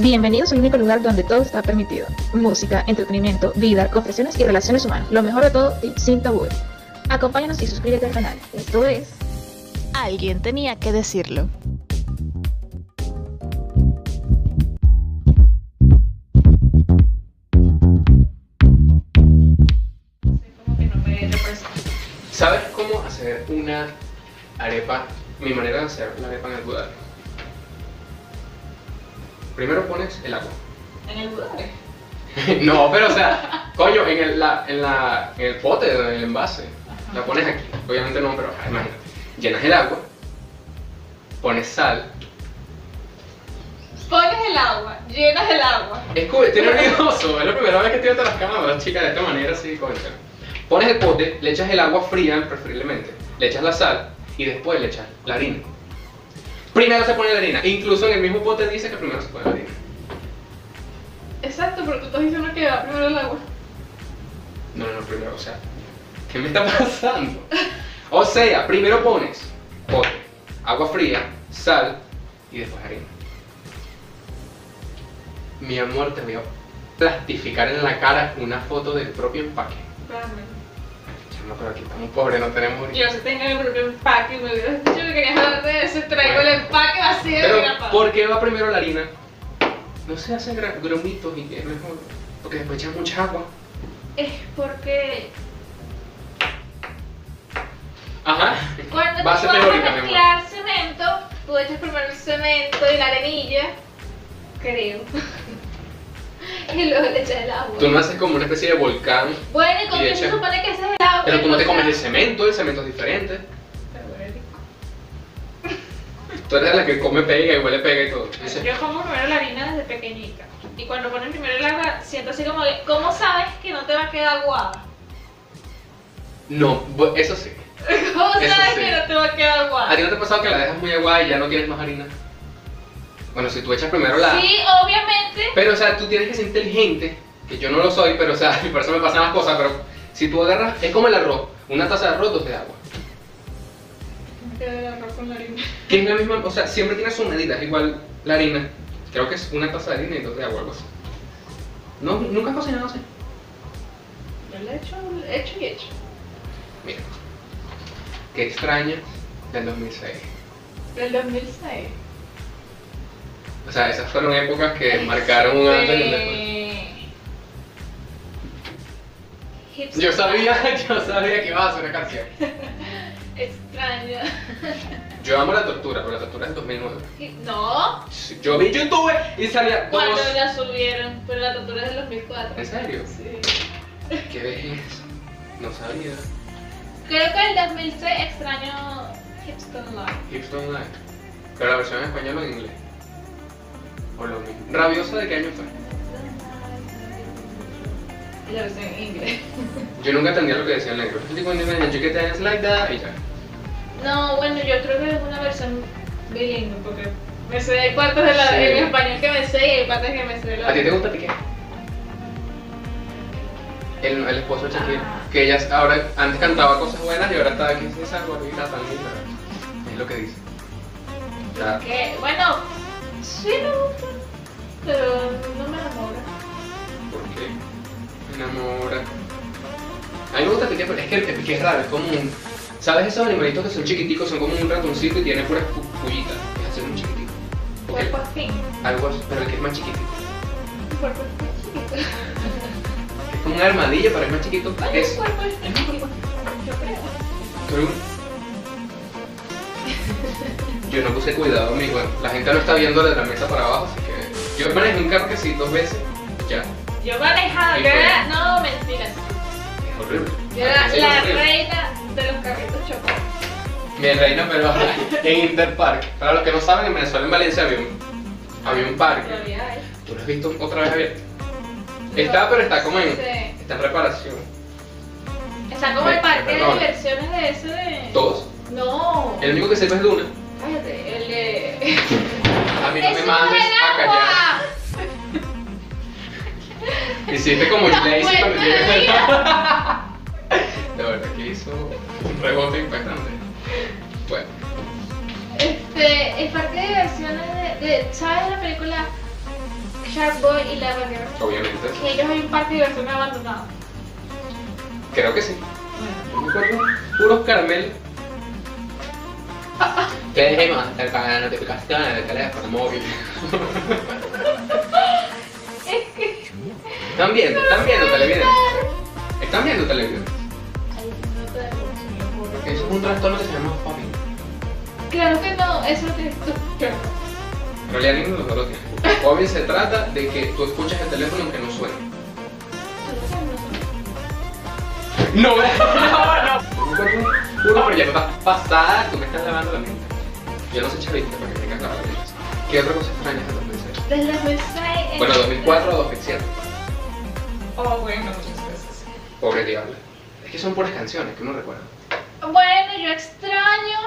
Bienvenidos al único lugar donde todo está permitido. Música, entretenimiento, vida, confesiones y relaciones humanas. Lo mejor de todo y sin tabú. Acompáñanos y suscríbete al canal. Esto es... Alguien tenía que decirlo. ¿Sabes cómo hacer una arepa? Mi manera de hacer la arepa en el budare. Primero pones el agua. En el budare. no, pero o sea, coño, en el, la- en la- en el pote, en el envase. La pones aquí. Obviamente no, pero ajá, imagínate. Llenas el agua, pones sal. Pones el agua, llenas el agua. Es que estoy nervioso, es la primera vez que estoy ante las cámaras, chica, de esta manera así, coño. Pones el pote, le echas el agua fría, preferiblemente. Le echas la sal y después le echas la harina. Primero se pone la harina. Incluso en el mismo pote dice que primero se pone la harina. Exacto, pero tú estás diciendo que va primero el agua. No, no, no, primero, o sea, ¿qué me está pasando? O sea, primero pones pote, agua fría, sal y después harina. Mi amor, te voy a plastificar en la cara una foto del propio empaque. Espérame. Pues No, pero aquí estamos pobres, no tenemos ni... Yo si tengo mi propio empaque, me hubieras dicho que querías hablar de ese, traigo el empaque vacío de Pero, grapa. ¿por qué va primero la harina? No se hacen gra- grumitos y es mejor, porque después echan mucha agua. Es porque Ajá. cuando Base tú vas teórica, a mi amor. mezclar cemento, tú echas primero el cemento y la arenilla, creo. y luego le echas el agua. Tú no haces como una especie de volcán, Bueno, ¿y con y qué echas- se supone que ese es el agua? pero tú no te comes el Entonces- cemento, el cemento es diferente. Pero bueno, Tú eres la que come pega y huele pega y todo. Dice, Yo como primero la harina desde pequeñita. Y cuando ponen primero el agua, siento así como que, ¿cómo sabes que no te va a quedar guava? no, bu- eso sí. ¿Cómo Eso sabes sí. que no te va a quedar ¿A guava? ti no te ha pasado que la dejas muy aguada y ya no tienes más harina? Bueno, si tú echas primero la... Sí, obviamente. Pero, o sea, tú tienes que ser inteligente, que yo no lo soy, pero, o sea, por eso me pasan las cosas, pero si tú agarras, es como el arroz, una taza de arroz, dos de agua. Me quedé el arroz con la harina. Que es la misma, o sea, siempre tiene su medida, es igual la harina. Creo que es una taza de harina y dos de agua, algo así. No, nunca has cocinado así. Yo le he hecho, hecho y hecho. Mira, qué extraña del 2006. Del 2006. O sea, esas fueron épocas que marcaron un antes y un después. Hips- Yo sabía, yo sabía que iba a hacer una canción. Extraño. Yo amo la tortura, pero la tortura es 2009. No, Yo vi YouTube y salía cuando dos. la subieron, pero la tortura es del 2004. ¿En serio? Sí. ¿Qué vejez? No sabía. Creo que el 2006 extraño Hipster Live. Hips Don't Lie. Pero la versión en español o en inglés. O lo mismo. ¿Rabiosa de qué año fue? Y la versión en inglés. Yo nunca entendía lo que decía el negro. Este Yo digo, "Nena, yo que te like that", y ya. No, bueno, yo creo que es una versión bilingüe porque me sé hay partes de la, Sí. en español que me sé y hay partes que me sé de la. ¿A ti te gusta Piqué? El, el esposo de Shakira. Que ella ahora, antes cantaba cosas buenas y ahora está aquí sin salvo y está tan linda. Es lo que dice. Está- Que, bueno, sí me gusta, pero no me enamora. ¿Por qué? Me enamora. A mí me gusta Piqué, pero es que el Piqué es raro, es como un... ¿Sabes esos animalitos que son chiquiticos? Son como un ratoncito y tienen puras pu- pullitas. Es así un chiquitico. Porque Cuerpo afín. algo así, pero el que es más chiquitico. Cuerpo afín chiquito. Es como un armadillo, pero es más chiquito. Bueno, Es... cuerpo afín chiquito. Yo creo. Soy un- Yo no puse cuidado, amigo. La gente lo está viendo de la mesa para abajo, así que... Yo manejé un carro que sí, dos veces. Ya. Yo manejaba, Sí, yo era. fue. No, mentiras. Es horrible. Yo era Sí, la es horrible. reina de los carritos chocolate. Mi reina, pero en Interpark. Para los que no saben, en Venezuela, en Valencia, había un, había un parque. Todavía hay. ¿Tú lo has visto otra vez abierto? Está, pero está como en, Sí. está en reparación. Está como el parque de Perdón. diversiones de ese de. Todos. No. El único que sirve es Luna. Cállate, el de. A mí no me ¡Eso mandes del a callar. agua! Hiciste como La Lazy cuando fuente de llegué. La verdad que hizo un rebote impactante. Bueno, Este, el parque de diversiones de, de- ¿Sabes la película Shark Boy y la Reunión. obviamente. Que ellos hay un parque de diversiones abandonado. Creo que sí. No me acuerdo. Puros caramelos. Te dejemos acerca de las notificaciones del teléfono móvil. Es que. Están viendo, están viendo televisión. Están viendo televisión. Eso es un trastorno que se llama popping. Claro que no, eso lo tienes tú. Yo no. En realidad ninguno de nosotros tiene. Popping se trata de que tú escuchas el teléfono aunque no suene. No, me- no, no. Uno, pero ya me estás pasada, tú me estás lavando la mente. Yo no sé chavista para que tengas la mente. ¿Qué otra cosa extraña es el 2006? Desde 2006. Bueno, 2004 a 2007. Oh, bueno, muchas veces. Pobre diablo. Es que son puras canciones que uno recuerda. Bueno, yo extraño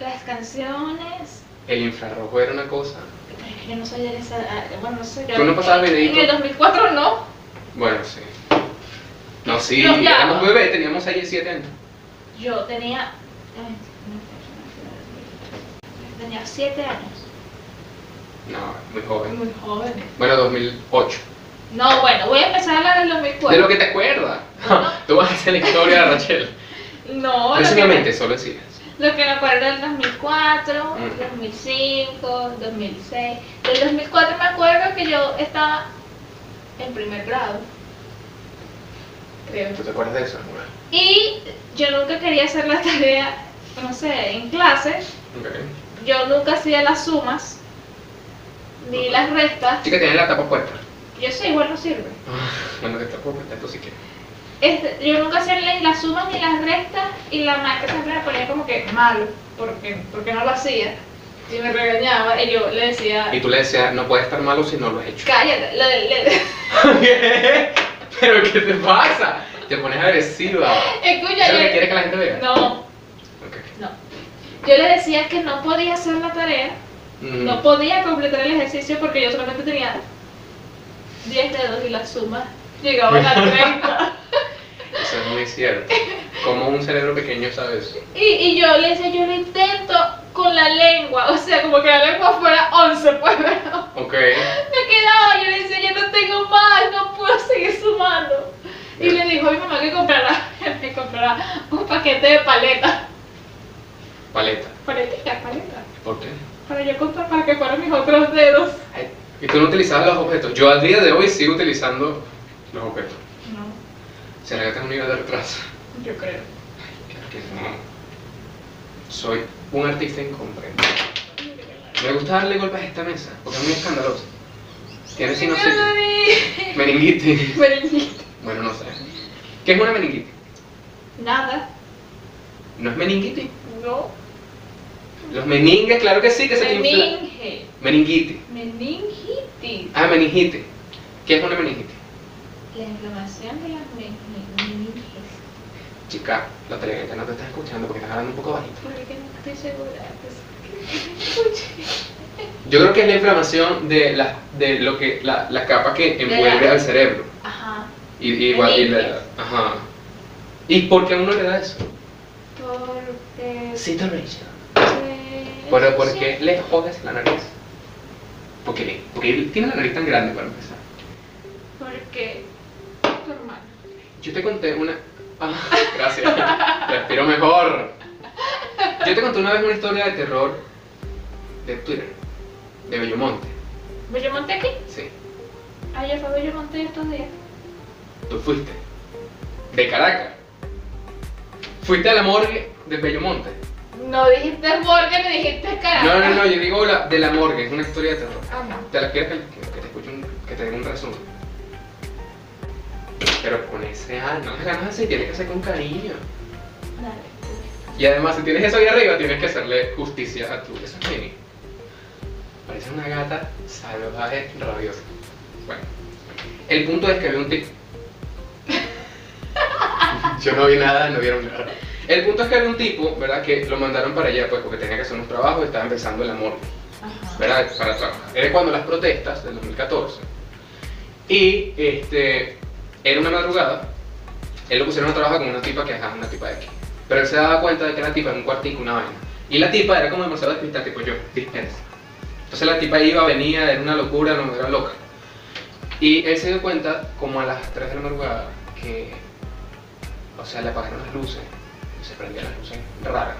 las canciones. El infrarrojo era una cosa. Pero es que yo no soy de esa. ah, Bueno, no sé. yo- ¿Tú no En pasabas el videíto? 2004 no. Bueno, sí. No, sí, Los Lava. éramos bebés, teníamos 6 y 7 años. Yo tenía. ay, Tenía 7 años. No, muy joven. Muy joven. Bueno, 2008. No, bueno, voy a empezar a hablar del 2004. De lo que te acuerdas. Tú vas a hacer la historia de Rachel. No, lo que, Precisamente, me, solo decías. lo que me acuerdo del 2004, Mm. 2005, 2006. Del 2004 me acuerdo que yo estaba en primer grado. Creo. ¿Tú te acuerdas de eso, Nora? Y yo nunca quería hacer la tarea, no sé, en clase. Ok. Yo nunca hacía las sumas ni las restas. Chica, tienes la tapa puesta. Yo sé, igual no sirve. Ah. Bueno, te pues, tapa puesta, esto sí que. Este, yo nunca hacía ni las sumas ni las restas y la maestra siempre me ponía como que malo, porque, porque no lo hacía. Y me regañaba y yo le decía, Y tú le decías, no puede estar malo si no lo has hecho. cállate, le- le- ¿Qué? ¿Pero qué te pasa? Te pones agresiva. escucha, ¿Sabes lo que yo, quieres que la gente vea? no, Ok. no. Yo le decía que no podía hacer la tarea, Mm, no podía completar el ejercicio porque yo solamente tenía 10 dedos y las sumas llegaban a 30. Eso es muy cierto. Como un cerebro pequeño sabe eso. Y, y yo le decía, yo lo intento con la lengua, o sea, como que la lengua fuera 11, pues, pero... Ok. Me quedaba, yo le decía, yo no tengo más, no puedo seguir sumando. Y le dijo a mi mamá que comprara, me comprara un paquete de paletas. Paleta. Paletica, paleta. ¿Por qué? Para yo comprar, para que fueran mis otros dedos. Ay, Y tú no utilizabas los objetos. Yo al día de hoy sigo utilizando los objetos. No, ¿Será que tengo un nivel de retraso? yo creo. Claro que no. Soy un artista incomprendido. Me gusta darle golpes a esta mesa, porque es muy escandalosa. Tiene Sí, si me no sé. lo di. Meningitis. Merenguito. Bueno, no sé. ¿Qué es una meningitis? Nada, ¿No es meningitis? no. Los meninges, claro que sí, que se te infla. Meninge. Meningitis. Meningitis. Ah, meningitis. ¿Qué es una meningitis? La inflamación de las men- men- meninges. Chica, la gente no te está escuchando porque estás hablando un poco bajito. Porque no estoy segura. pues, que- Yo creo que es la inflamación de, la, de lo que, la, la capa que la- envuelve al cerebro. Ajá. Y, y igual, y la, Meninges. ajá. ¿Y por qué a uno le da eso? Porque. Cita Rachel. Pues, Pero ¿por qué le jodes la nariz? Porque, le- porque él tiene la nariz tan grande para empezar. Porque tu hermano. Yo te conté una... Ah, gracias. Respiro mejor. Yo te conté una vez una historia de terror de Twitter, de Bellomonte. ¿Bellomonte aquí? Sí, Ayer fue Bellomonte estos días. tú fuiste. De Caracas. Fuiste a la morgue de Bellomonte. No dijiste morgue, me dijiste carajo. No, no, no, yo digo la, de la morgue, es una historia de terror. Ah, no. Te la quiero que, que te escuche un, que te den un resumen. Pero con ese ah, no las ganas así, tienes que hacer con cariño. Dale. Y además, si tienes eso ahí arriba, tienes que hacerle justicia a tu. Eso es mini. Parece una gata salvaje, rabiosa. Bueno, el punto es que había un tipo. Yo no vi nada, no vieron nada. El punto es que había un tipo, ¿verdad? Que lo mandaron para allá, pues, porque tenía que hacer unos trabajos y estaba empezando el amor. Ajá. ¿verdad? Para trabajar. Era cuando las protestas del 2014. Y este, era una madrugada, él lo pusieron a trabajar con una tipa que ajá, una tipa de aquí. Pero él se daba cuenta de que la tipa era un cuartico, una vaina. Y la tipa era como demasiado despistada, tipo yo, dispensa. Entonces Entonces la tipa iba, venía, era una locura, no era loca. Y él se dio cuenta, como a las 3 de la madrugada, que. O sea, le apagaron las luces. Se prendían las luces raras.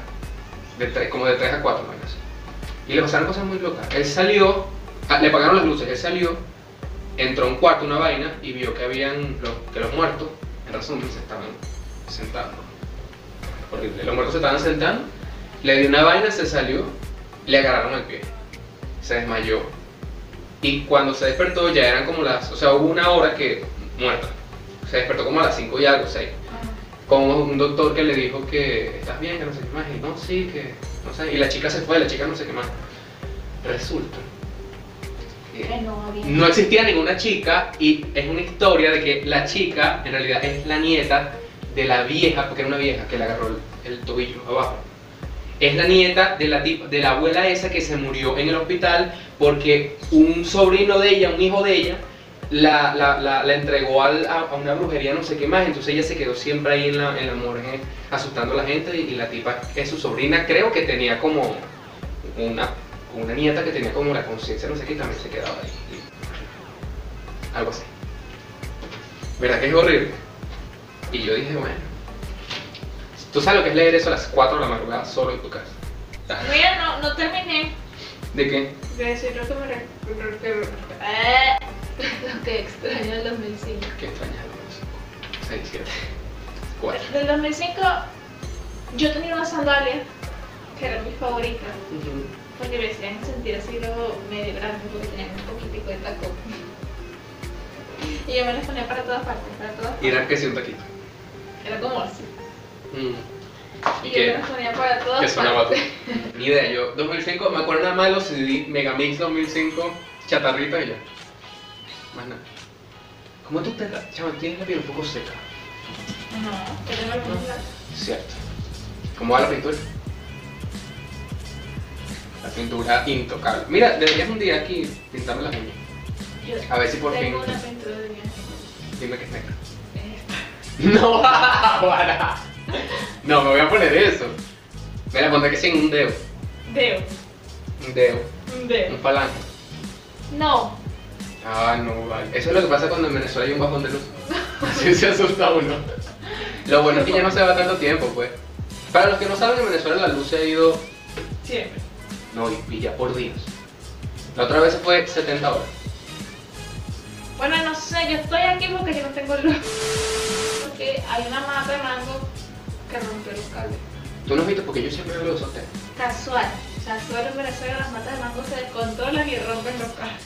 De tres- como de 3 a 4 menos. Y le pasaron cosas muy locas. Él salió, ah, le apagaron las luces, él salió, entró a un cuarto, una vaina, y vio que habían. los- que los muertos, en resumen, se estaban sentando. Horrible. Los muertos se estaban sentando, le dio una vaina, se salió, le agarraron el pie. Se desmayó. Y cuando se despertó ya eran como las, o sea, hubo una hora que muerta. Se despertó como a las 5 y algo, 6. Ah, Con un doctor que le dijo que estás bien, que no sé qué más. Y no, sí, que no sé. Y la chica se fue, la chica no sé qué más. Resulta. que Ay, no, había- No existía ninguna chica y es una historia de que la chica en realidad es la nieta de la vieja, porque era una vieja que le agarró el, el tobillo abajo. Es la nieta de la, tip- de la abuela esa que se murió en el hospital porque un sobrino de ella, un hijo de ella, la, la- la- la entregó al- a, a una brujería no sé qué más, entonces ella se quedó siempre ahí en la, en la morgue asustando a la gente y, y la tipa es su sobrina, creo que tenía como una, una nieta que tenía como la conciencia no sé qué y también se quedaba ahí. Algo así. ¿Verdad que es horrible? Y yo dije, bueno, tú sabes lo que es leer eso a las 4 de la madrugada solo en tu casa. Mira, no, no terminé ¿De qué? de decir lo que me re- re- que- eh, lo que extraño del 2005. ¿Qué extrañas? 6, 7, 4. Del 2005 yo tenía una sandalia que era mi favorita porque me hacían sentir así luego medio grande porque tenían un poquitico de taco. Y yo me las ponía para todas partes, para todas partes. Irán que sí un taquito. Era como así. ¿Y Y yo me qué? las ponía para todas ¿Qué sonaba tú? partes. Ni idea, yo 2005, me acuerdo nada más de los CD Megamix 2005, chatarrita y ya. Más nada. ¿Cómo tú te chaval, tienes la piel un poco seca? No, que no me ponía. Cierto. ¿Cómo va la pintura? La pintura intocable. Mira, deberías un día aquí pintarme las uñas. Yo A ver si por tengo fin- una pintura de mi Este, Dime que es negra. esta. No, para. No, me voy a poner eso. Me la pondré que sin un dedo. Deo. Un dedo. Un Un deo. falange. No. Ah, no, vale. Eso es lo que pasa cuando en Venezuela hay un bajón de luz. Así se asusta uno. Lo bueno es que ya no se va tanto tiempo, pues. Para los que no saben, en Venezuela la luz se ha ido, Siempre. no, y y ya por días. La otra vez fue 70 horas. Bueno, no sé, yo estoy aquí porque yo no tengo luz. Porque hay una mata de mango que rompió los cables. Tú no has visto porque yo siempre veo los hoteles. Casual. Casual en Venezuela las matas de mango se descontrolan y rompen los cables.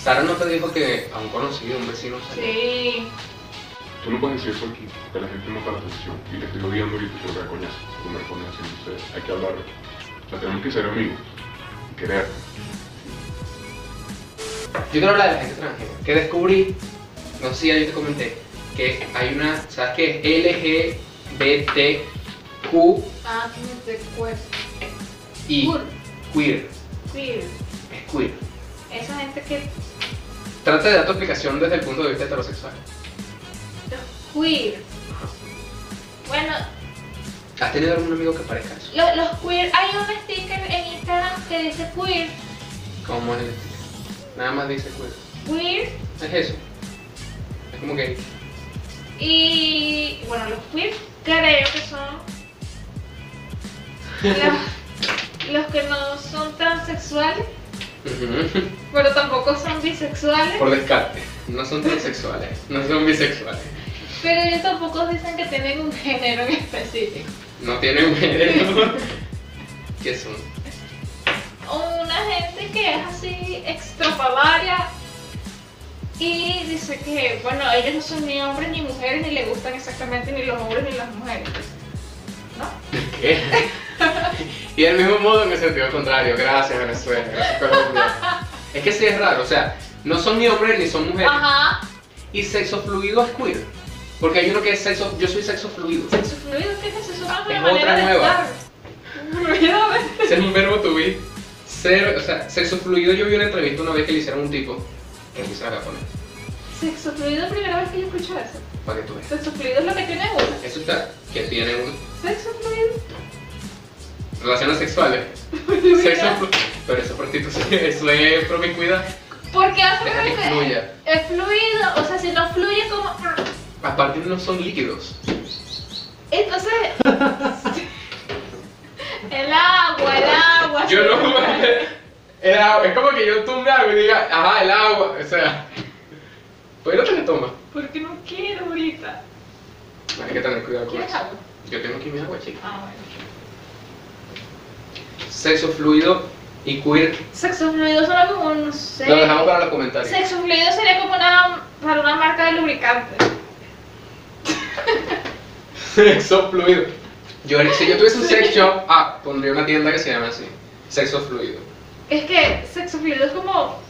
Sara no te dijo que a un conocido, un vecino, salió. Sí. Tú no puedes decir eso aquí, que la gente no para atención y le estoy odiando y te chocará coñazo, como me pones así, entonces hay que hablarlo. O sea, tenemos que ser amigos, y querernos. Yo quiero hablar de la gente extranjera, que descubrí, no sé si ya yo te comenté, que hay una, ¿sabes qué? LGBTQI, Ah, tienes de cuerpo. queer, Queer. es queer. Esa gente que. Trata de dar tu explicación desde el punto de vista heterosexual. Los queer. Bueno, ¿Has tenido algún amigo que parezca eso? lo- los queer. Hay un sticker en Instagram que dice queer. ¿Cómo es el estilo? Nada más dice queer. Queer. Es eso. Es como que Y bueno, los queer creo que son los, los que no son tan sexuales, ujú, pero tampoco son bisexuales, por descarte. No son transexuales, no son bisexuales. pero ellos tampoco dicen que tienen un género en específico. No tienen género. ¿Qué son? Una gente que es así extrapalaria y dice que, bueno, ellos no son ni hombres ni mujeres, ni le gustan exactamente ni los hombres ni las mujeres. ¿Qué? y del mismo modo en el sentido contrario. Gracias Venezuela, gracias Colombia. Es que sí es raro, o sea, no son ni hombres ni son mujeres. Ajá, Y sexo fluido es queer. Porque hay uno que es sexo, yo soy sexo fluido. sexo fluido, ¿qué es eso? Es una Es manera otra de nueva. estar. Fluido de- Ese es un verbo to be. Ser, o sea, sexo fluido. Yo vi una entrevista una vez que le hicieron a un tipo, que quizás la poner, Sexo fluido, primera vez que yo escucho eso. para que tú veas. Sexo fluido es lo que tiene uno. Eso está, que tiene un, Sexo fluido. relaciones sexuales. Mira, Sexo fluido. Pero eso es prostitución, eso es promiscuidad. Porque la Deja que fluido fluya. es fluido, o sea, si no fluye como. ah, Aparte no son líquidos. Entonces. el agua, el agua. Yo no el agua, es como que yo tome algo y diga, ajá, el agua, o sea, pues no te lo tomas. Porque no quiero ahorita. Hay que tener cuidado con ¿Quieres eso. agua? Yo tengo aquí mi agua, chica. Ah, bueno. Sexo fluido y queer Sexo fluido suena como un. sé. lo dejamos para los comentarios. Sexo fluido sería como una, para una marca de lubricante. Sexo fluido. Yo, si yo tuviese un sex shop, ah, pondría una tienda que se llama así. Sexo fluido. Es que sexo fluido es como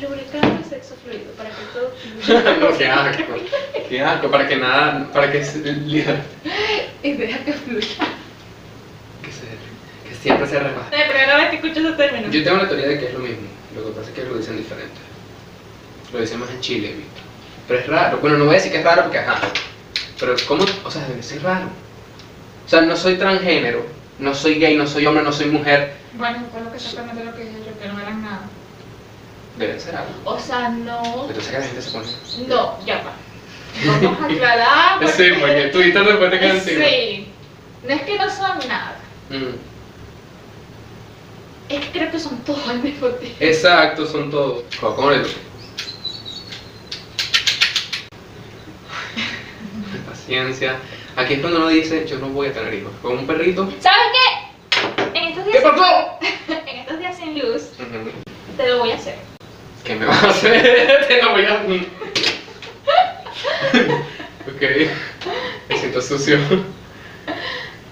lubricante sexo fluido para que todo no, qué asco. Qué asco, para que nada, para que se- que y deja que fluya. se, que siempre se rebaje. De primera vez que escucho ese término. Yo tengo la teoría de que es lo mismo. Lo que pasa es que lo dicen diferente. Lo dicen más en Chile, ¿viste? Pero es raro. Bueno, no voy a decir que es raro porque ajá. Pero ¿cómo? O sea, debe ser raro. O sea, no soy transgénero, no soy gay, no soy hombre, no soy mujer. Bueno, fue lo que exactamente lo que dije yo, que no eran nada. Deben ser algo. O sea, no. Entonces que la gente se pone. No, ya va. Vamos a aclarar. Sí, porque Twitter después te queda encima. Sí. No es que no son nada. Mm. Es que creo que son todos al mismo tiempo. Exacto, son todos. Co- ¿Cómo le digo? Paciencia. Aquí es cuando uno dice, yo no voy a tener hijos. Con un perrito. ¿Sabes qué? En estos días, ¿Qué pasó? en estos días sin luz, Ujú. te lo voy a hacer. ¿Qué me vas a hacer? Te lo voy a... Mm. ok. Me siento sucio.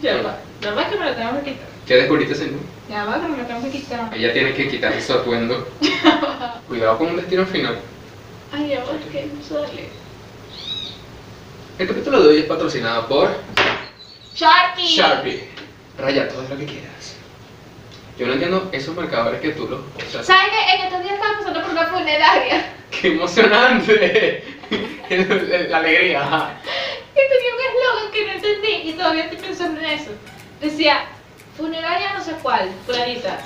Ya va. Ya va que me lo tengo que quitar. ¿Ya descubriste, señor? Ya va que me lo tengo que quitar. Ella tiene que quitarse su atuendo. Cuidado con un destino final. Ay, ya va, es que no sale. El capítulo de hoy es patrocinado por... Sharky. Sharpie. Raya todo lo que quieras. Yo no entiendo esos marcadores que tú los usas. ¿Sabes qué? En estos días estaba pasando por una funeraria ¡Qué emocionante! La alegría. ajá. que tenía un eslogan que no entendí y todavía estoy pensando en eso. Decía, funeraria no sé cuál, clarita.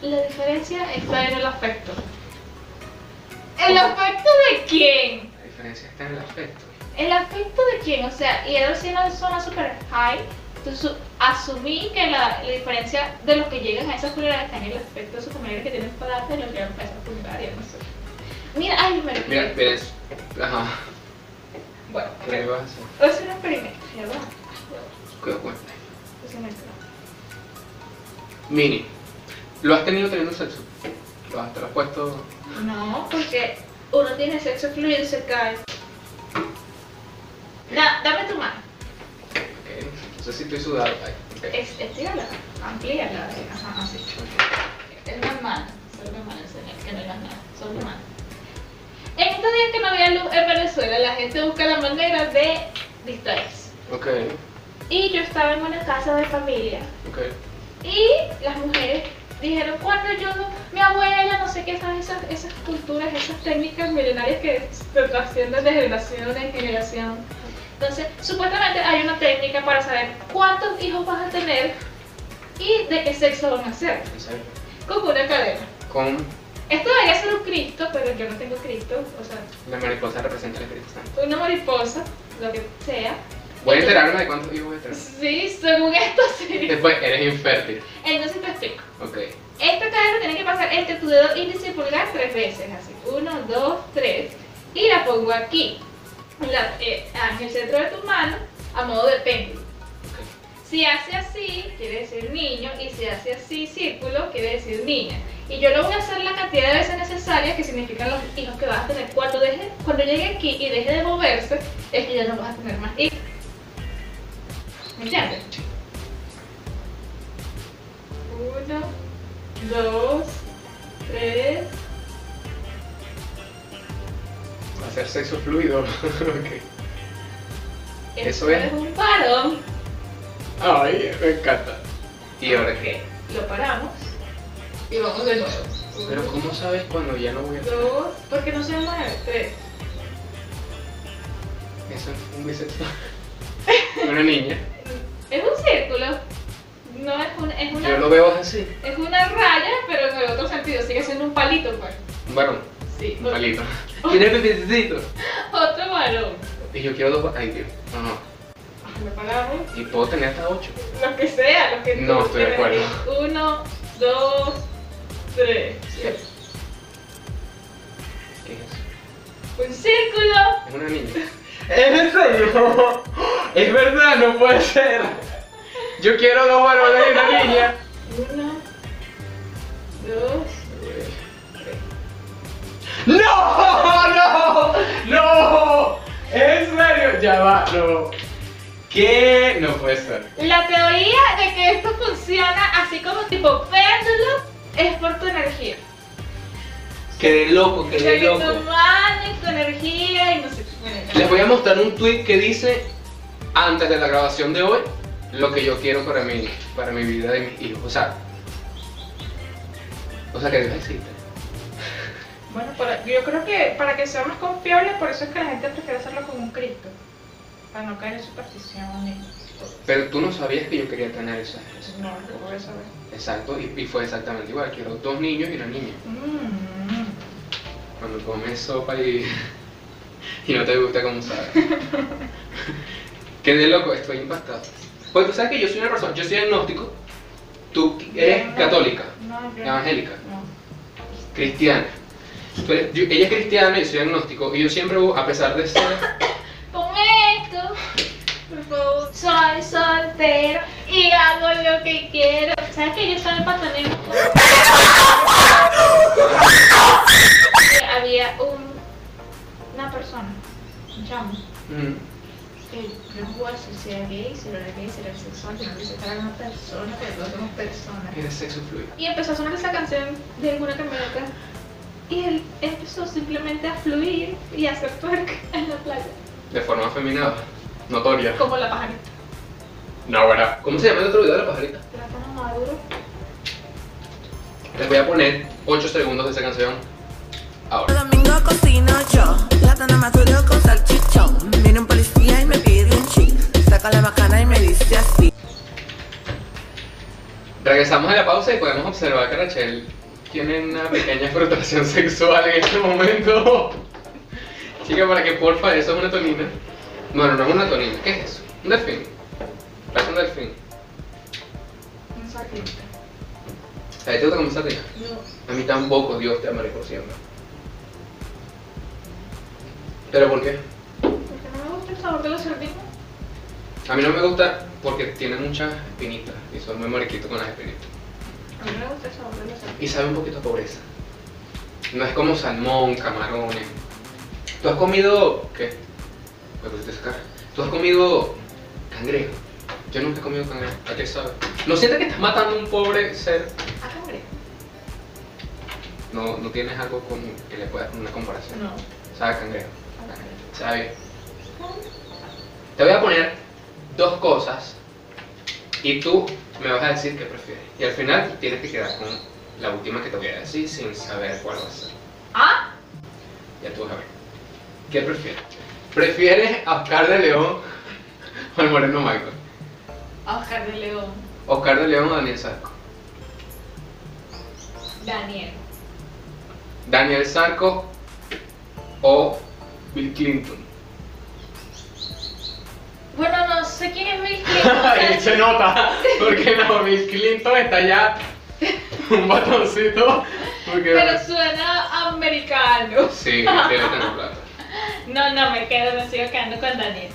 La diferencia está en el afecto. ¿El afecto de quién? La diferencia está en el aspecto. ¿El afecto de quién? O sea, y era así una zona super high. Entonces su- asumí que la, la diferencia de los que llegan a esa funeraria está en el aspecto de su familia que tienen para darte y lo que van para esa funeraria, no sé. Mira, ay, me lo Mira, mira eso. Ajá. Bueno, ¿Qué vas a hacer? Voy a hacer un experimento, pues ya va. Ya va. Cuidado con- Es un experimento. Mini. ¿Lo has tenido teniendo sexo? ¿Lo has, te lo has puesto? No, porque uno tiene sexo fluido y se cae. Da, dame tu mano. Ok. No sé si estoy sudado. Ay, ok. Es, estírala, amplíala. Ajá, así. Es mi mano, solo mi mano, señor, que no es nada, solo mi mano. En estos días que no había luz en Venezuela, la gente busca la manera de distraerse. Ok. Y yo estaba en una casa de familia Ok. Y las mujeres dijeron, cuando yo, mi abuela, no sé qué, esas, esas, esas culturas, esas técnicas milenarias que se trascienden de generación en generación. Entonces, supuestamente hay una técnica para saber cuántos hijos vas a tener y de qué sexo van a ser, ¿En serio? como una cadena. Con Esto debería ser un Cristo, pero yo no tengo Cristo, o sea, la mariposa representa el Espíritu Santo. una mariposa, lo que sea. Voy a enterarme de cuántos hijos voy a tener. Sí, según esto sí. Después, eres infértil. Entonces te explico. Ok. Esta cadena tiene que pasar entre tu dedo índice y pulgar tres veces, así. Uno, dos, tres. Y la pongo aquí, la- eh, en el centro de tu mano, a modo de péndulo. Si hace así, quiere decir niño, y si hace así, círculo, quiere decir niña. Y yo lo voy a hacer la cantidad de veces necesarias, que significan los hijos que vas a tener. Cuando, deje, cuando llegue aquí y deje de moverse, es que ya no vas a tener más hijos. ¿Me entiendes? Uno, dos, tres. Hacer sexo fluido. ok. Eso Esto es. es un parón. Ay, me encanta. ¿Y ahora qué? Ok, Lo paramos. Y vamos de nuevo. Pero ¿cómo sabes cuando ya no voy a hacer Dos, porque no se mueve. Tres. eso? es Un bisexual. Una niña. Es un círculo. No es un es Yo una, lo veo así. es una raya, pero en el otro sentido, sigue siendo un palito, pues. Varón, Sí, un o- palito. ¿Quieres pipitito? otro balón. Y yo quiero dos. pa- Ay, Dios. No, no. Me pagaron Y puedo tener hasta ocho. los que sea, los que tú No, estoy de quieras. acuerdo. Uno, dos, tres. ¿Qué es eso? Un círculo. Es una niña. ¿Es en serio? Es verdad, no puede ser. Yo quiero dos varones y una niña. Uno, dos, ¡No! ¡No! ¡No! ¿En serio? Ya va, no. ¿Qué? No puede ser. La teoría de que esto funciona así como tipo péndulo es por tu energía. Quedé loco, O sea, quedé que loco. tu mano y tu energía y no sé qué. Bueno, Les voy a mostrar un tweet que dice antes de la grabación de hoy lo que yo quiero para mi, para mi vida y mis hijos. O sea, o sea que Dios existe. Bueno, para- yo creo que para que sea más confiable, por eso es que la gente prefiere hacerlo con un Cristo. Para no caer en superstición y todo. Pero tú no sabías que yo quería tener esa. esa- No, no voy a saber. Exacto, y, y fue exactamente igual. Quiero dos niños y una niña. Mm. Cuando comes sopa y, y no te gusta como sabe. Quedé loco, estoy impactado. Pues tú sabes que yo soy una persona, yo soy agnóstico, tú eres católica, No, yo no. evangélica. No. cristiana. Tú eres- yo- ella es cristiana y yo soy agnóstico. Y yo siempre, bu- a pesar de ser. Con esto, por favor, soy soltero y hago lo que quiero. ¿Sabes que yo estaba en patonero? Había un, una persona, un chamo, Mm, que yo no puedo decir si era gay, si no era gay, si era sexual, si no era sexual, era una persona, pero todos somos personas. eres sexo fluido. Y empezó a sonar esa canción de alguna camioneta. Y él empezó simplemente a fluir y a hacer twerk en la playa, De forma afeminada. Notoria. como la pajarita. No, ¿verdad? ¿Cómo se llama el otro video de la pajarita? Plátano maduro. Les voy a poner 8 segundos de esa canción. El Ahora. domingo cocino yo, plátano maduro con salchichón. Viene un policía y me pide un chip, saca la bacana y me dice así. Regresamos a la pausa y podemos observar que Rachel tiene una pequeña frustración sexual en este momento. Chica, para que porfa, eso es una tonina. Bueno, no es una tonina. ¿Qué es eso? Un delfín. Parece un delfín. Un saquito. ¿A ti te gusta como satina? No. A mí tampoco, Dios te amaré por siempre. ¿Pero por qué? Porque no me gusta el sabor de los sardinas. A mí no me gusta porque tiene muchas espinitas y soy muy mariquito con las espinitas. A mí no me gusta el sabor de los sardinas. Y sabe un poquito a pobreza. No es como salmón, camarones. ¿Tú has comido qué? Me pusiste esa cara. ¿Tú has comido cangrejo? Yo nunca he comido cangrejo. ¿A qué sabe? ¿No sientes que estás matando a un pobre ser? ¿A cangrejo? No, no tienes algo con que le puedas una comparación. No. ¿Sabe a cangrejo? A cangrejo. ¿Sabe? bien. Te voy a poner dos cosas y tú me vas a decir qué prefieres. Y al final tienes que quedar con la última que te voy a decir sin saber cuál va a ser. ¿Ah? Ya tú vas a ver. ¿Qué prefieres? ¿Prefieres a Oscar de León o al Moreno Michael? A Oscar de León. Oscar de León o Daniel Sarco. Daniel. Daniel Sarco o Bill Clinton. Bueno, no sé quién es Bill Y se Clinton. nota, porque no, Bill Clinton está ya un botoncito. Porque pero suena americano. Sí, debe tener plata. No, no, me quedo, me sigo quedando con Daniel.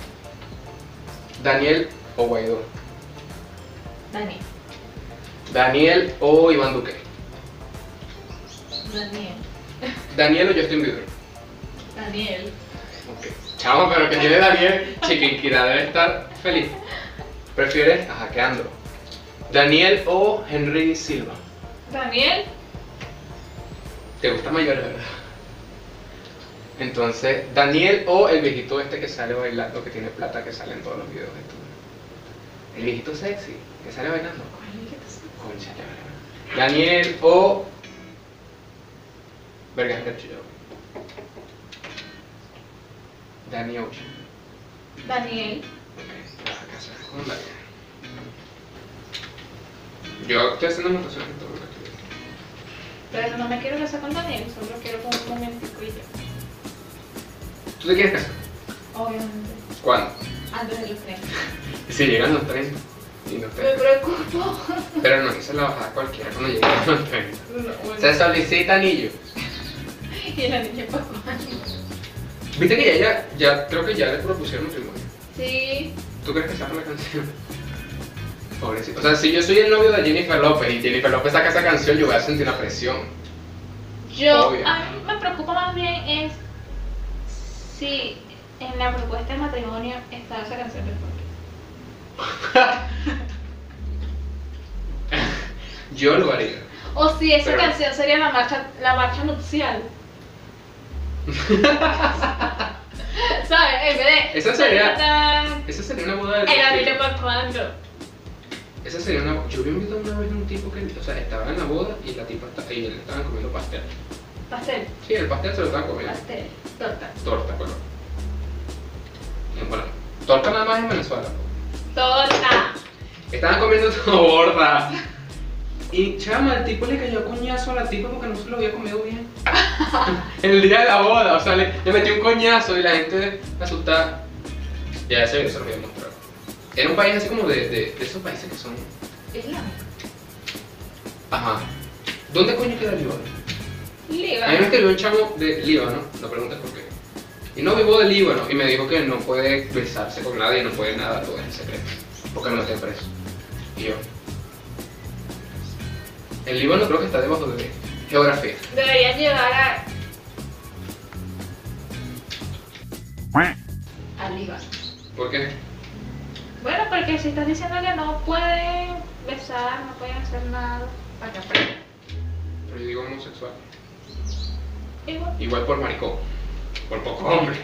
Daniel o Guaidó. Daniel. Daniel o Iván Duque. Daniel. Daniel o Justin Bieber. Daniel. Ok. Chamo, pero que tiene Daniel. Chiquinquirá debe estar feliz. ¿Prefieres a hackeando? Daniel o Henry Silva. Daniel. ¿Te gusta mayor, verdad? Entonces, Daniel o el viejito este que sale bailando, que tiene plata, que sale en todos los videos de tú. El viejito sexy, que sale bailando. Concha, ya verá. Daniel o. Verga, es yo. Dani Ocean. Daniel. Ok, te vas a casar con Daniel. Yo estoy haciendo anotaciones en todo lo que estoy Pero no me quiero casar con Daniel, solo quiero con un momentico y ya. haciendo. ¿Tú te quieres casar? Obviamente. ¿Cuándo? Antes de los 30. Si llegan los 30. Y los Me 30. preocupo. Pero no hice la bajada cualquiera cuando llegan los 30. No, bueno. Se solicita anillo. Y la "Pues, niña para cuándo. Viste que ya, ya, ya creo que ya le propusieron matrimonio. Sí. ¿Tú crees que saca la canción? Pobrecito. O sea, si yo soy el novio de Jennifer López y Jennifer López saca esa canción, yo voy a sentir una presión. Yo, Obvio. a mí me preocupa más bien es si en la propuesta de matrimonio está esa canción de fondo. Yo lo haría. O si esa Pero- canción sería la marcha, la marcha nupcial. ¿Sabes? En vez de. Esa sería- Tan, Esa sería una boda de... El anillo para cuando. Esa sería una boda. Yo vi un video una vez de un tipo que, o sea, estaba en la boda y la tipa esta- y le estaban comiendo pastel. Pastel, Sí, el pastel se lo estaban comiendo. pastel, torta. Torta, perdón. Y Bueno, torta nada más en Venezuela. pues. Torta. Estaban comiendo torta. Y chama, el tipo le cayó coñazo a la tipa porque no se lo había comido bien. el día de la boda, o sea, le, le metió un coñazo y la gente asustada. Ya ese video se lo voy a mostrar. Era un país así como de, de, de esos países que son. Islámico. Ajá. ¿Dónde coño queda Líbano? A mí me Liga. escribió un chamo de Líbano, no preguntes por qué. Y no vivo de Líbano y me dijo que no puede besarse con nadie, no puede nada, todo es en secreto. Porque no esté preso. Y yo. El Líbano creo que está debajo de geografía. Deberían llevar a. Al Líbano. ¿Por qué? Bueno, porque si estás diciendo que no pueden besar, no pueden hacer nada, para que aprendan. Pero yo digo homosexual. Igual, Igual por maricón. Por poco hombre.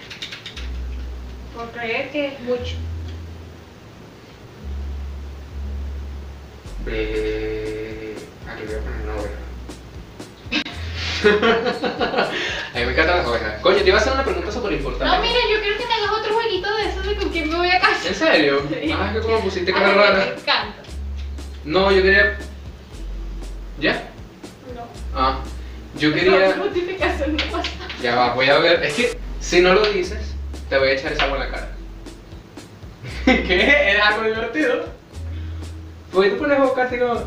por creer que es mucho. Eh, aquí voy a poner una oveja. a mí me encantan las ovejas. Coño, te iba a hacer una pregunta súper importante. No, mira, yo quiero que me hagas otro jueguito de esos de con quién me voy a ¿En casar. serio? Sí. Ah, que como pusiste cara Ay, rara. Me encanta. No, yo quería. ¿Ya? No. Ah. Yo Esa quería. notificación no pasa. Ya va, voy a ver. Es que si no lo dices, te voy a echar esa agua en la cara. ¿Qué? Era algo divertido. ¿Por qué tú pones boca así como.?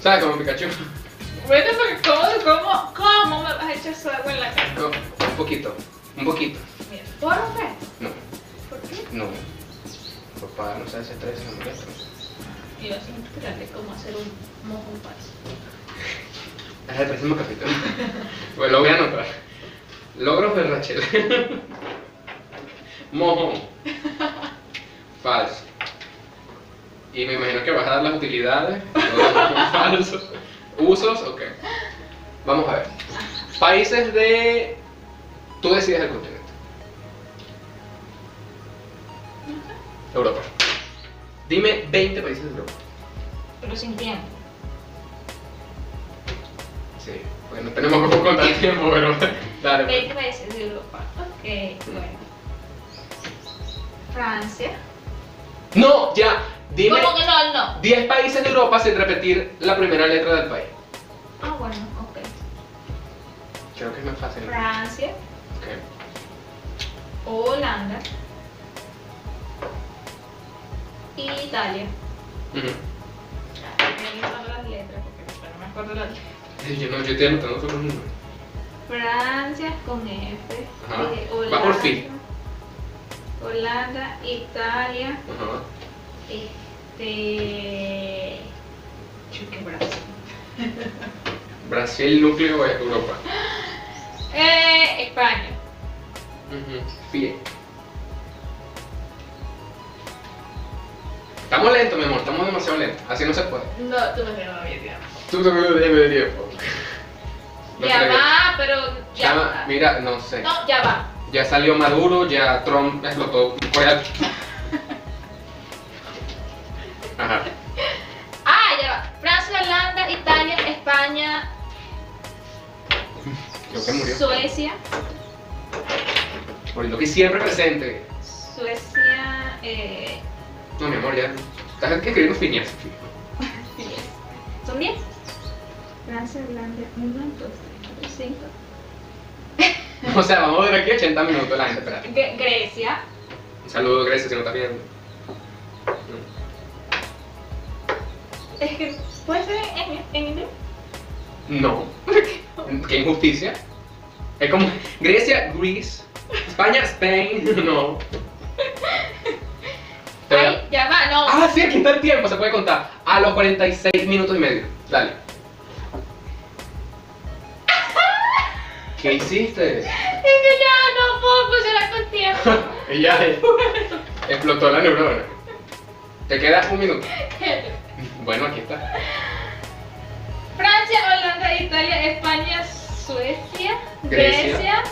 ¿Sabes? Como Pikachu. Vete porque cómo, cómo, cómo me vas a echar su agua en la cara. No, un poquito. Un poquito. Mira, ¿por qué? No, ¿Por qué? no. Papá, no sabes estrés, no molesta. Y yo sin explicarle cómo hacer un mojo paz. Es el próximo capítulo. pues lo voy a anotar. Logros de Rachel. Mojón. Falso. Y me imagino que vas a dar las utilidades. Falso. Usos, ok. Vamos a ver. Países de. Tú decides el continente. Europa. Dime 20 países de Europa. Pero sin tiempo. Sí. Porque no tenemos como contar tiempo, pero. Dale. pues. 20 países de Europa. Ok, bueno. Francia. No, ya. Dime ¿Cómo que no? No. 10 países de Europa sin repetir la primera letra del país. Ah, bueno, ok. Creo que es más fácil. Francia, Ok. Holanda, Italia. Ujú. Me acuerdo las letras porque bueno, me acuerdo las letras. Yo no, yo estoy anotando todos los números. Francia con F. Ajá. eh, Holanda, Va por fin. Holanda, Italia, Ajá. este. Chuque Brasil. Brasil, núcleo de Europa. Eh, España. Ujú. Bien. Estamos lentos, mi amor. Estamos demasiado lentos. Así no se puede. No, tú me llamas bien, digamos. Tú también me debes de tiempo. No Ya creo. va, pero ya Chama, va. mira, no sé. No, ya va. Ya salió Maduro, ya Trump explotó Corea. Ajá. Ah, ya va. Francia, Holanda, Italia, España, Creo que murió. Suecia. Por lo que siempre presente. Suecia, eh, No, mi amor, ya. Estás escribiendo finías. ¿Son 10? Francia, Irlanda, 1, 2, 3, 4, O sea, vamos a ver aquí 80 minutos la gente, espérate. 5. Grecia. Un saludo, Grecia, si no estás viendo. Es que, ¿puede ser en, en inglés? No. Qué injusticia. Es como Grecia, Greece. España, Spain. No. Te voy a- Ay, ya va, no. Ah, sí, aquí está el tiempo, se puede contar. A los 46 minutos y medio. Dale. ¿Qué hiciste? Es que ya no puedo funcionar con tiempo. Ella explotó la neurona. Te quedas un minuto. Bueno, aquí está. Francia, Holanda, Italia, España, Suecia, Grecia. Grecia.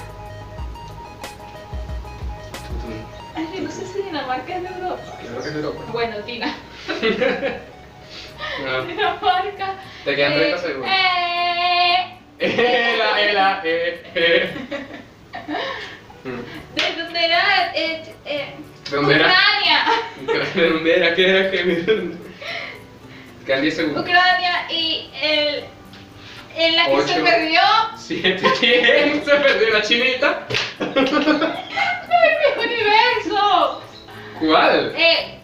Ay, yo no sé si Dinamarca es de Europa. Claro que es loco. Bueno, Dina. Ah, Dinamarca. Te quedan Eh, 30 segundos. eh, Ela, ela, eh, eh. Mm. ¿De dónde era? Eh, eh, ¿De dónde era? Ucrania. ¿De dónde era? ¿Qué era? ¿Qué era? Quedan 10 segundos. Ucrania y el. En la que se Ocho. perdió. 7, 10, se perdió la chinita. ¡El universo! ¿Cuál? Eh,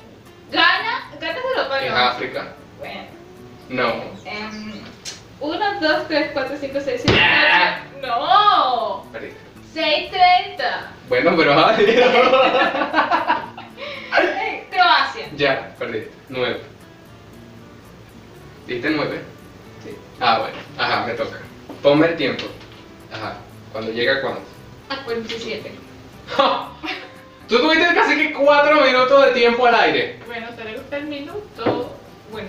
Ghana. Ghana es de Europa, ¿En ¿no? África? Bueno. em, No. 1, 2, 3, 4, 5, 6, 7, Ah. 8. No. Perdí. 6.30. Bueno, pero Eh, Croacia. Ya, perdiste. 9. ¿Diste 9? Sí. Ah, bueno. Ajá, me toca. Ponme el tiempo. Ajá. Cuando llega cuándo. A 47. Tú tuviste casi que 4 minutos de tiempo al aire. Bueno, te le gusta el minuto. Bueno,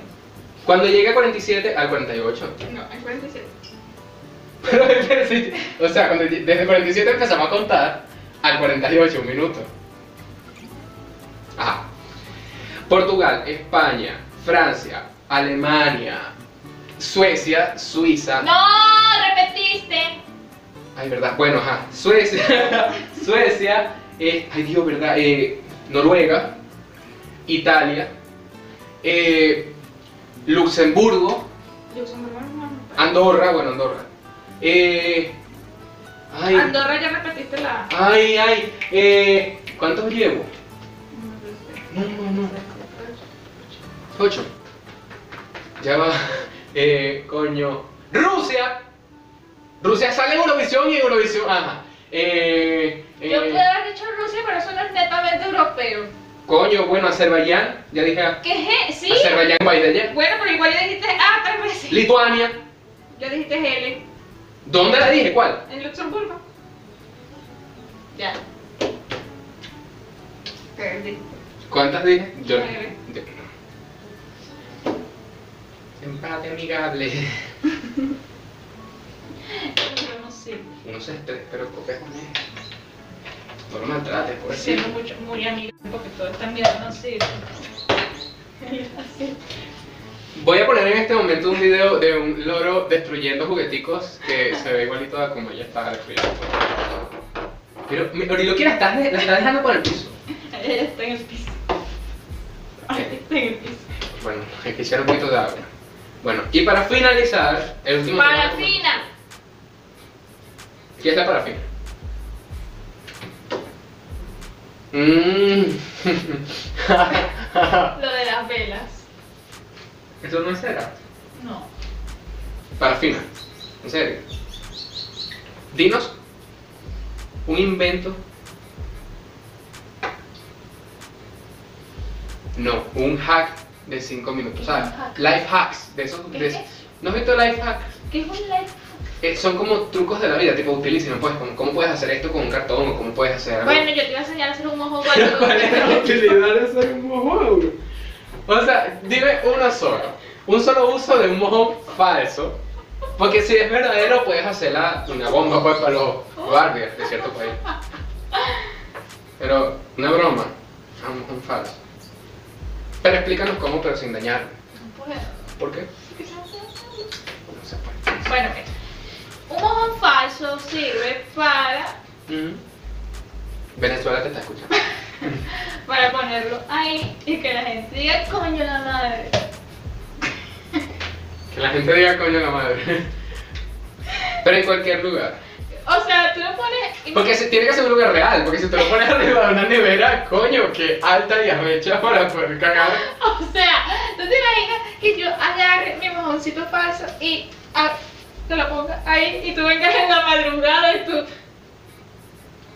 Cuando llega 47 al 48. no, a 47. Pero, pero sí, o sea, cuando, lle- desde 47 empezamos a contar al 48, un minuto. Ajá. Portugal, España, Francia, Alemania, Suecia, Suiza. ¡No! ¡Repetiste! Ay, verdad. Bueno, ajá. Suecia, Suecia, eh, ay Dios, verdad. Eh, Noruega, Italia, eh, Luxemburgo, Yo soy muy bueno. Andorra, bueno, Andorra. Eh, ay, Andorra ya repetiste la. ay, ay. Eh, ¿Cuántos llevo? No, no, no. Ocho. Ya va. Eh, coño. Rusia. Rusia sale en Eurovisión y Eurovisión. Ajá. Eh, Yo eh, pude haber dicho Rusia, pero eso no es netamente europeo. Coño, bueno, Azerbaiyán, ya dije. ah, ¿Qué es? ¿Sí? Azerbaiyán, país de allá. Bueno, pero igual ya dijiste ah, A tres veces. Lituania. Ya dijiste L ¿Dónde la dije? ¿Cuál? en Luxemburgo. Ya. Perdí. ¿Cuántas dije? Nueve. yo- Empate amigable. Yo no sé. No sé, tres, pero coge con él. No lo maltrates, por Siendo mucho, muy amigo porque todos están mirando así. Así. Voy a poner en este momento un video de un loro destruyendo jugueticos que se ve igualito a como ella está destruyendo. Pero, mi- Oriluki, la estás, de- la estás dejando por el piso. Ella está en el piso. Ay, Está en el piso. Bueno, hay que echar un poquito de agua. Bueno, y para finalizar, el último. tema- Parafina. ¿Quién está para fin? Mm. Lo de las velas. Eso no es era. No. Parafina, en serio. Dinos un invento. No, un hack de 5 minutos. ¿Sabes? Un hack. Life hacks. De esos, ¿Qué de es esos- ¿No has visto life hacks? ¿Qué es un life? Eh, son como trucos de la vida, tipo utilísimo, pues, como cómo puedes hacer esto con un cartón o cómo puedes hacer algo. Bueno, yo te iba a enseñar a hacer un ojo Pero, ¿Cuál es la pero- utilidad de ser un mojón? O sea, dime uno solo. Un solo uso de un mojón falso. Porque si es verdadero, puedes hacerla una bomba pues, para los guardias de cierto país. Pero, una broma. a Un mojón falso. Pero explícanos cómo, pero sin dañar. No puedo. ¿Por qué? ¿Qué se hace? No se puede. Bueno, mira, un mojón falso sirve para. Venezuela te está escuchando. para ponerlo ahí y que la gente diga, coño la madre. Que la gente diga coño la madre. Pero en cualquier lugar. O sea, tú lo pones. Porque se, tiene que ser un lugar real, porque si te lo pones arriba de una nevera, coño, que alta y arrecha para poder cagar. O sea, tú te imaginas que yo agarre mi mojoncito falso y ah, te lo ponga ahí y tú vengas en la madrugada y tú.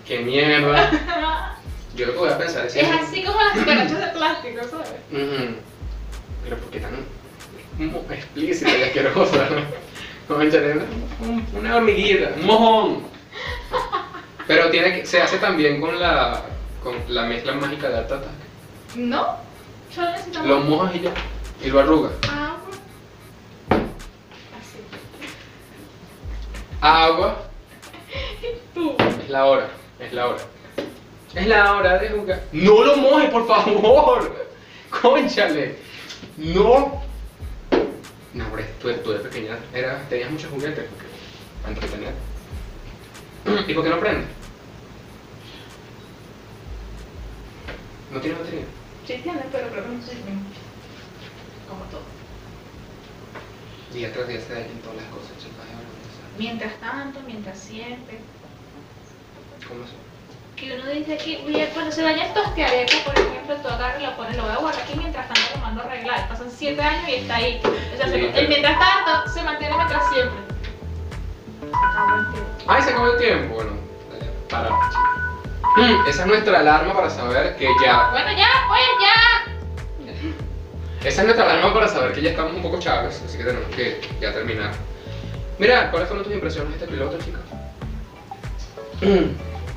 ¡Qué mierda! Yo lo que voy a pensar es Es eso. así como las cucarachas de plástico, ¿sabes? Ujú. Pero ¿por qué tan mo- explícita y asquerosa? Cónchale, un- una hormiguita, un mojón. Pero tiene que, se hace también con la, con la mezcla mágica de Art Attack. No, solo necesitamos. Lo mojas y ya, y lo arrugas. agua. Así. Agua, Tú. es la hora, es la hora. Es la hora de jugar. ¡No lo mojes, por favor! ¡Cónchale! ¡No! No, hombre, tú, tú de pequeña era, tenías muchos juguetes porque, para entretener. ¿Y por qué no aprendes? ¿No tienes batería? Sí, tienes, pero creo que no sirve mucho. Como todo. Día tras día se dañan todas las cosas, chicas. ya van Mientras tanto, mientras siempre. a empezar. ¿Cómo eso? Que uno dice que oye, cuando se daña estos tearecos, por ejemplo, tú agarras y lo pones, lo voy a guardar aquí mientras tanto lo mando a arreglar. Pasan 7 años y está ahí. O sea, se- el mientras tanto se mantiene mientras siempre. Ah, bueno, ¡Ay, se acabó el tiempo! Bueno, dale, para, chica. Esa es nuestra alarma para saber que ya Bueno, ya, pues ya. Esa es nuestra alarma para saber que ya estamos un poco chaves, así que tenemos que ya terminar. Mira, ¿cuáles fueron tus impresiones de este piloto, chica?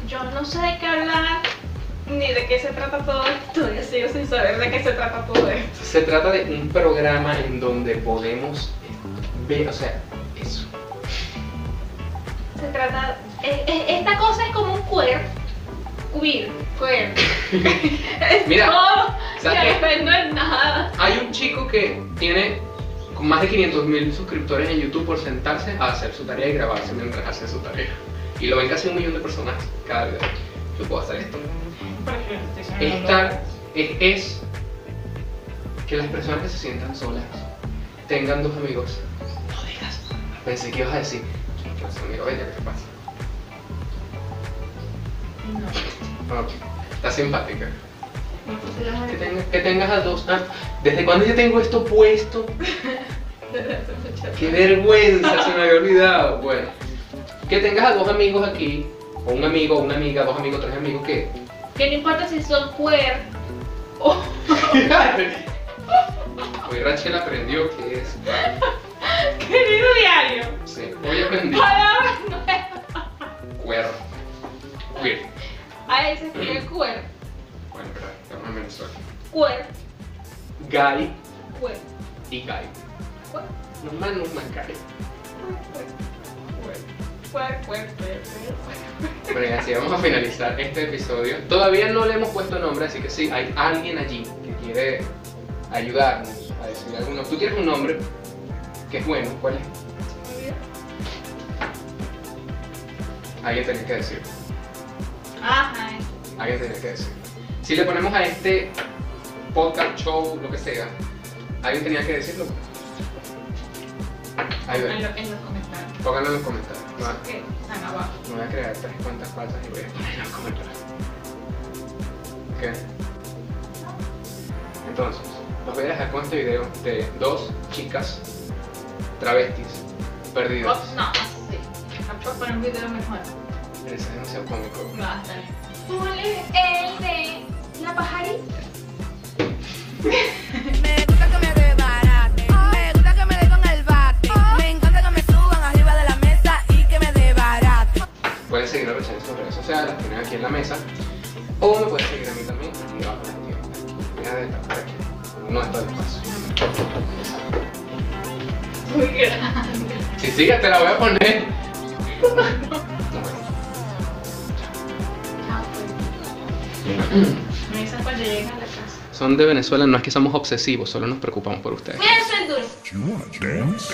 Yo no sé de qué hablar ni de qué se trata todo esto. Yo sigo sin saber de qué se trata todo esto. Se trata de un programa en donde podemos ver, o sea, eso. Se trata. eh, eh, esta cosa es como un queer. Queer. Queer. Es Mira, todo, ¿sabes que qué? después no es nada. Hay un chico que tiene con más de 500.000 suscriptores en YouTube por sentarse a hacer su tarea y grabarse mientras hace su tarea. Y lo ven casi un millón de personas cada vez. Yo puedo hacer esto. Es tan- es, es que las personas que se sientan solas tengan dos amigos. No digas. Pensé que ibas a decir, yo no quiero ser amigo de ella, ¿qué te pasa? No. está simpática. Que, tenga- que tengas a dos. ah, ¿Desde cuándo yo tengo esto puesto? ¡Qué vergüenza! Se me había olvidado. Bueno, que tengas a dos amigos aquí, o un amigo, una amiga, dos amigos, tres amigos, que Que no importa si son queer o Hoy Rachel aprendió que es. querido diario. Sí, hoy aprendí. Palabras nuevas. Cuerro. Queer. A él se escribe queer. Bueno, pero estamos en Venezuela. Queer. Gay Queer. y gay. Queer. No más, no más gay. Bueno. Queer. Queer. Queer. Bueno, así vamos a finalizar este episodio. Todavía no le hemos puesto nombre, así que sí, hay alguien allí que quiere ayudarnos a decir alguno. Tú tienes un nombre que es bueno, pues, ¿cuál es? Queer. Alguien tenía que decir. Ajá. Alguien tenía que decir. Si le ponemos a este podcast, show, lo que sea, alguien tenía que decirlo. Ahí En, ven, lo- en los comentarios. pónganlo en los comentarios. Va. Que están abajo. Me voy a crear tres cuentas falsas y voy a poner en los comentarios. ¿Qué? Entonces, los voy a dejar con este video de dos chicas travestis perdidas. Oh, no, sí. Tampoco poner un video mejor. Ese es demasiado cómico. No, está bien. el de la pajarita. Me gusta que me desbarate, me gusta que me den con el bate, me encanta que me suban arriba de la mesa y que me desbarate. Pueden seguir a Rachel en sus redes sociales, las tienen aquí en la mesa. O me pueden seguir a mí también. Y abajo las tienen. Voy a dejar por aquí. No está el paso. Muy grande. Si sigues, te la voy a poner. No, bueno. Ah, pues. Me dicen cuando lleguen a la casa. Son de Venezuela, no es que somos obsesivos, solo nos preocupamos por ustedes. Mira eso es dulce.